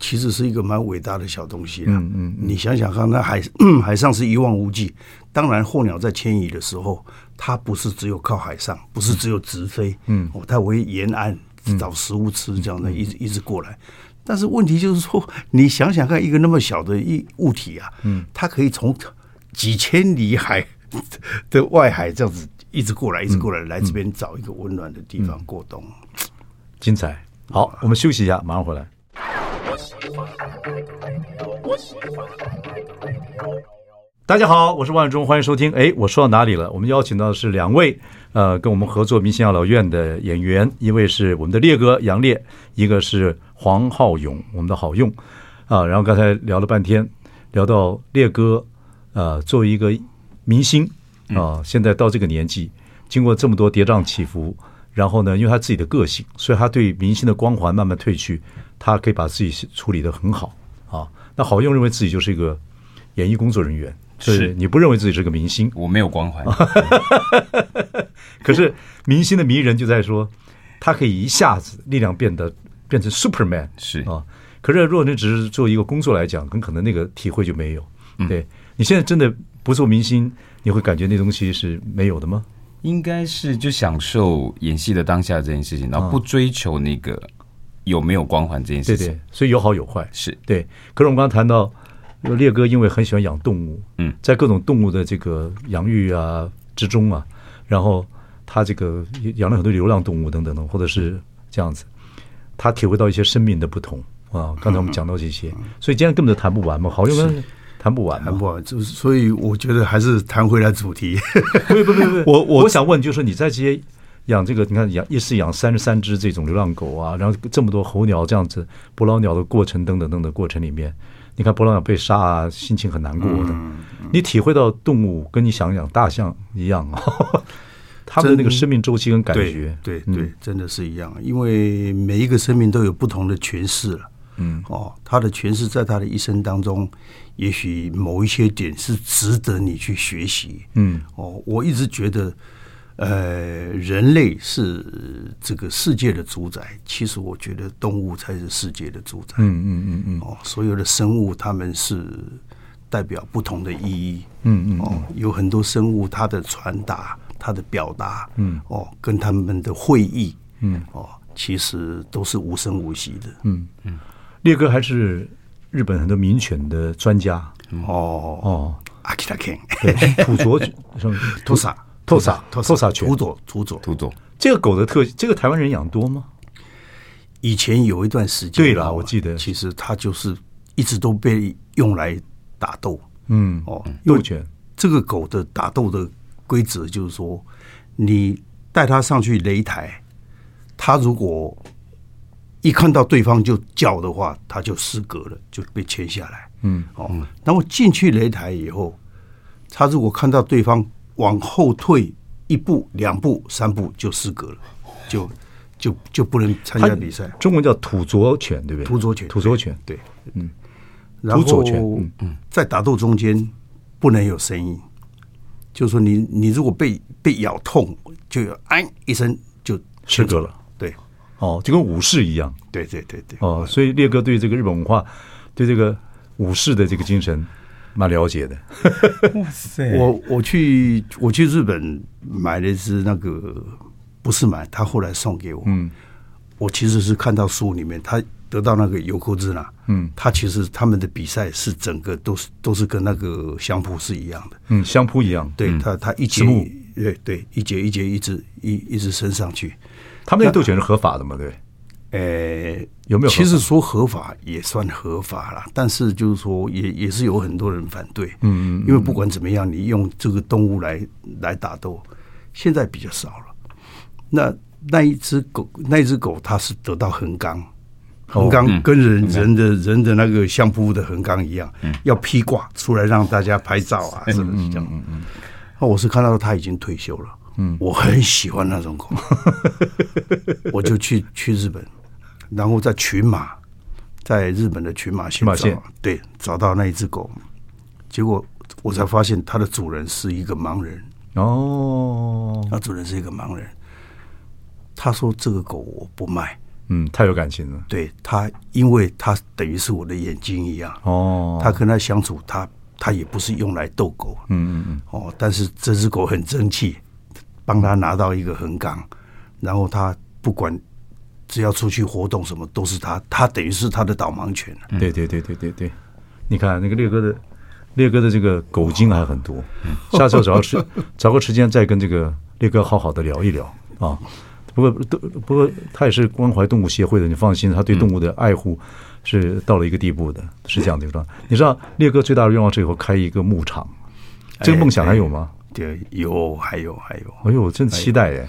Speaker 2: 其实是一个蛮伟大的小东西啦。嗯嗯，你想想看，那海 [clears throat] 海上是一望无际。当然，候鸟在迁移的时候，它不是只有靠海上，不是只有直飞，嗯，哦，它会沿岸找食物吃，这样的一直一直过来。但是问题就是说，你想想看，一个那么小的一物体啊，嗯，它可以从几千里海 [laughs] 的外海这样子一直过来，一直过来，来这边找一个温暖的地方过冬。
Speaker 1: 精彩。好，我们休息一下，马上回来。大家好，我是万忠，欢迎收听。哎，我说到哪里了？我们邀请到的是两位，呃，跟我们合作《明星养老院》的演员，一位是我们的烈哥杨烈，一个是黄浩勇，我们的好用啊。然后刚才聊了半天，聊到烈哥，呃，作为一个明星啊，现在到这个年纪，经过这么多跌宕起伏，然后呢，因为他自己的个性，所以他对明星的光环慢慢褪去，他可以把自己处理得很好啊。那好用认为自己就是一个演艺工作人员，
Speaker 3: 是
Speaker 1: 所以你不认为自己是个明星，
Speaker 3: 我没有光
Speaker 1: [laughs]
Speaker 3: 环，
Speaker 1: 可是明星的迷人就在说，他可以一下子力量变得变成 Superman，
Speaker 3: 是
Speaker 1: 啊。可是如果你只是做一个工作来讲，很可能那个体会就没有。
Speaker 3: 嗯
Speaker 1: 对你现在真的不做明星，你会感觉那东西是没有的吗？
Speaker 3: 应该是就享受演戏的当下这件事情，然后不追求那个有没有光环这件
Speaker 1: 对
Speaker 3: 事情。
Speaker 1: 对，所以有好有坏。
Speaker 3: 是
Speaker 1: 对。可是我们刚刚谈到，呃烈哥因为很喜欢养动物，
Speaker 3: 嗯，
Speaker 1: 在各种动物的这个养育啊之中啊，然后他这个养了很多流浪动物等等等，或者是这样子，他体会到一些生命的不同啊。刚才我们讲到这些，
Speaker 3: 嗯
Speaker 1: 所以今天根本就谈不完嘛，好像谈不完
Speaker 2: 谈
Speaker 1: 嘛。
Speaker 2: 不好，就是所以我觉得还是谈回来
Speaker 1: [laughs]
Speaker 2: 主题。
Speaker 1: 不不不不，我
Speaker 2: 我
Speaker 1: 我想问，就是你在这些养这个，你看养一次养三十三只这种流浪狗啊，然后这么多候鸟这样子，捕捞鸟的过程等等等等过程里面，你看捕捞鸟被杀啊，心情很难过的。你体会到动物跟你想养大象一样啊，他们的那个生命周期跟感觉，
Speaker 2: 对对对，真的是一样，因为每一个生命都有不同的诠释了。嗯，哦，他的诠释在他的一生当中，也许某一些点是值得你去学习。
Speaker 1: 嗯，
Speaker 2: 哦，我一直觉得，呃，人类是这个世界的主宰，其实我觉得动物才是世界的主宰。
Speaker 1: 嗯嗯嗯嗯，
Speaker 2: 哦，所有的生物它们是代表不同的意义。
Speaker 1: 嗯嗯
Speaker 2: 哦，有很多生物它的传达、它的表达，嗯哦，跟他们的会议，嗯哦，其实都是无声无息的。嗯
Speaker 1: 烈哥还是日本很多民犬的专家
Speaker 2: 哦哦，
Speaker 1: 哦，
Speaker 2: 阿基达 king，
Speaker 1: 对，土佐什么
Speaker 2: 托萨
Speaker 1: [laughs] 托萨
Speaker 2: [laughs] 托
Speaker 1: 托萨犬
Speaker 2: 土，佐土佐，
Speaker 3: 涂总，
Speaker 1: 这个狗的特，这个台湾人养多吗？
Speaker 2: 以前有一段时间，
Speaker 1: 对啦
Speaker 2: 哦
Speaker 1: 我记得
Speaker 2: 其实它就是一直都被用来打斗。
Speaker 1: 嗯，
Speaker 2: 哦，因
Speaker 1: 幼
Speaker 2: 为
Speaker 1: 犬，
Speaker 2: 这个狗的打斗的规则就是说，你带它上去擂台，它如果一看到对方就叫的话，它就失格了，就被牵下来。
Speaker 1: 嗯，
Speaker 2: 哦，然后进去擂台以后，它如果看到对方往后退一步、两步、三步，就失格了，就就就不能参加比赛。
Speaker 1: 中文叫土佐犬，对不对？
Speaker 2: 土佐犬
Speaker 1: 土佐犬，
Speaker 2: 对，嗯，然后
Speaker 1: 土佐犬嗯
Speaker 2: 在打斗中间不能有声音，就是说你你如果被被咬痛，就有哎一声就
Speaker 1: 吃格了。
Speaker 2: 对
Speaker 1: 哦，就跟武士一样
Speaker 2: 对对对对，
Speaker 1: 哦，所以烈哥对这个日本文化，对这个武士的这个精神蛮了
Speaker 2: [laughs]
Speaker 1: 解的。
Speaker 3: 哇塞
Speaker 2: 我我去我去日本买了一只那个不是买，他后来送给我，嗯，我其实是看到书里面他。得到那个尤克兹纳，嗯，他其实他们的比赛是整个都是都是跟那个相扑是一样的，
Speaker 1: 嗯，相扑一样，
Speaker 2: 对他，他一节
Speaker 1: 直木
Speaker 2: 对对一节一节一直一一直升上去，
Speaker 1: 他们那个斗犬是合法的嘛？对不对，
Speaker 2: 呃，
Speaker 1: 有没有合法
Speaker 2: 其实说合法也算合法啦，但是就是说也也是有很多人反对，嗯，因为不管怎么样，你用这个动物来来打斗，现在比较少了。那那一只狗，那一只狗它是得到横纲，哦嗯横纲嗯跟人、人的人的那个相扑的横纲一样，要披挂出来让大家拍照啊，是不是这样？那我是看到他已经退休了，嗯，我很喜欢那种狗，我就去去日本，然后在群马，在日本的群马县
Speaker 1: 群马
Speaker 2: 找
Speaker 1: 县，
Speaker 2: 对，找到那一只狗，结果我才发现它的主人是一个盲人，
Speaker 1: 哦，
Speaker 2: 那主人是一个盲人，他说这个狗我不卖，
Speaker 1: 嗯，太有感情了。
Speaker 2: 对他，因为他等于是我的眼睛一样，
Speaker 1: 哦，
Speaker 2: 他跟他相处，他他也不是用来逗狗，
Speaker 1: 嗯嗯嗯，
Speaker 2: 哦，但是这只狗很争气，帮他拿到一个横纲，然后他不管只要出去活动什么都是他，他等于是他的导盲犬。
Speaker 1: 对对对对对对，你看那个烈哥的烈哥的这个狗精还很多， [laughs] 下次我找个时找个时间再跟这个烈哥好好的聊一聊啊。不过都不过他也是关怀动物协会的，你放心，他对动物的爱护是到了一个地步的，是这样的一个状态。你知道烈哥最大的愿望是以后开一个牧场，
Speaker 2: 哎
Speaker 1: 这个梦想还有吗？
Speaker 2: 对，有还有还有，
Speaker 1: 哎呦，真期待哎！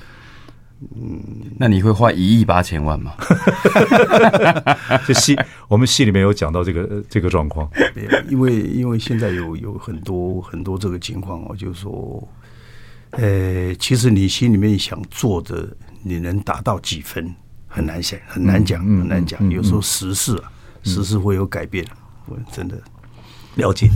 Speaker 3: 那你会花一亿八千万吗？
Speaker 1: 这戏 [laughs] 我们戏里面有讲到这个呃这个状况，
Speaker 2: 对因为因为现在有有很多很多这个情况哦，就是说，呃，其实你心里面想做的，你能达到几分，很难想，很难讲，
Speaker 1: 嗯
Speaker 2: 很难讲。有时候时事啊，时事会有改变，我真的
Speaker 1: 了解。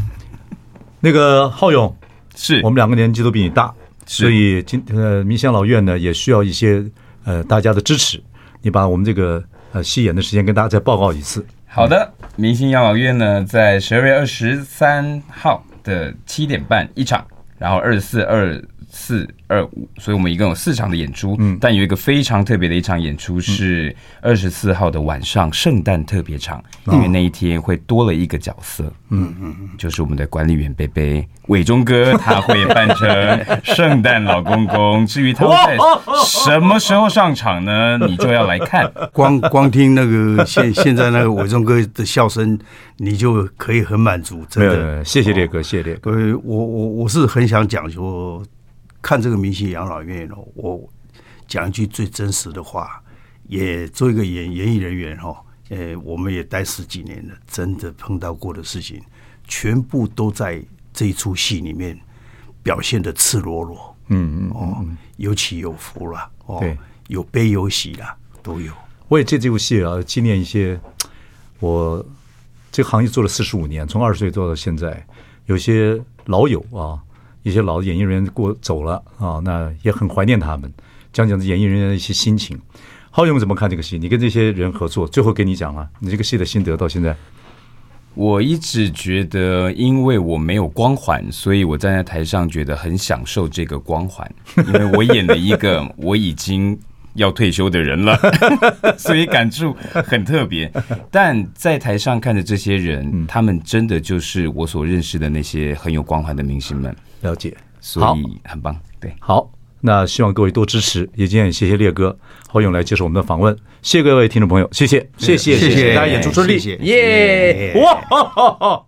Speaker 1: 那个浩勇，
Speaker 3: 是
Speaker 1: 我们两个年纪都比你大，
Speaker 3: 是
Speaker 1: 所以今呃民香老院呢也需要一些呃大家的支持。你把我们这个呃戏演的时间跟大家再报告一次。
Speaker 3: 好的，明星养老院呢，在十二月二十三号的七点半一场，然后二四二四二五，所以我们一共有四场的演出。嗯，但有一个非常特别的一场演出是二十四号的晚上圣诞特别场，因为那一天会多了一个角色。嗯哦嗯嗯，就是我们的管理员贝贝伟忠 [laughs] 哥，他会扮成圣诞老公公。至于他会在什么时候上场呢？你就要来看。
Speaker 2: 光 [laughs] 光听那个现现在那个伟忠哥的笑声，你就可以很满足，真
Speaker 1: 没有哦没
Speaker 2: 的
Speaker 1: 有。谢谢烈哥，谢谢烈哥。
Speaker 2: 呃，我我我是很想讲说，看这个明星养老院哦，我讲一句最真实的话，也做一个演演艺人员哦，呃，我们也待十几年了，真的碰到过的事情，全部都在这一出戏里面表现的赤裸裸，
Speaker 1: 嗯嗯，
Speaker 2: 哦，有起有伏啦，哦
Speaker 1: 对，
Speaker 2: 有悲有喜啦，都有。
Speaker 1: 我也借这部戏啊，纪念一些我这个行业做了四十五年，从二十岁做到现在，有些老友啊，一些老的演艺人员过走了啊，那也很怀念他们，讲讲演艺人员的一些心情。浩勇怎么看这个戏？你跟这些人合作，最后跟你讲了、你这个戏的心得到现在，
Speaker 3: 我一直觉得，因为我没有光环，所以我站在台上觉得很享受这个光环，因为我演了一个 [laughs] 我已经要退休的人了， [laughs] 所以感触很特别。但在台上看着这些人，他们真的就是我所认识的那些很有光环的明星们，
Speaker 1: 了解。
Speaker 3: 所以很棒。对，
Speaker 1: 好，那希望各位多支持，也今天也谢谢烈哥、浩勇来接受我们的访问，谢谢各位听众朋友，谢谢，谢谢，
Speaker 2: 谢谢
Speaker 1: 大家演出顺利，
Speaker 2: 谢谢
Speaker 1: 耶！哇！哈哈哈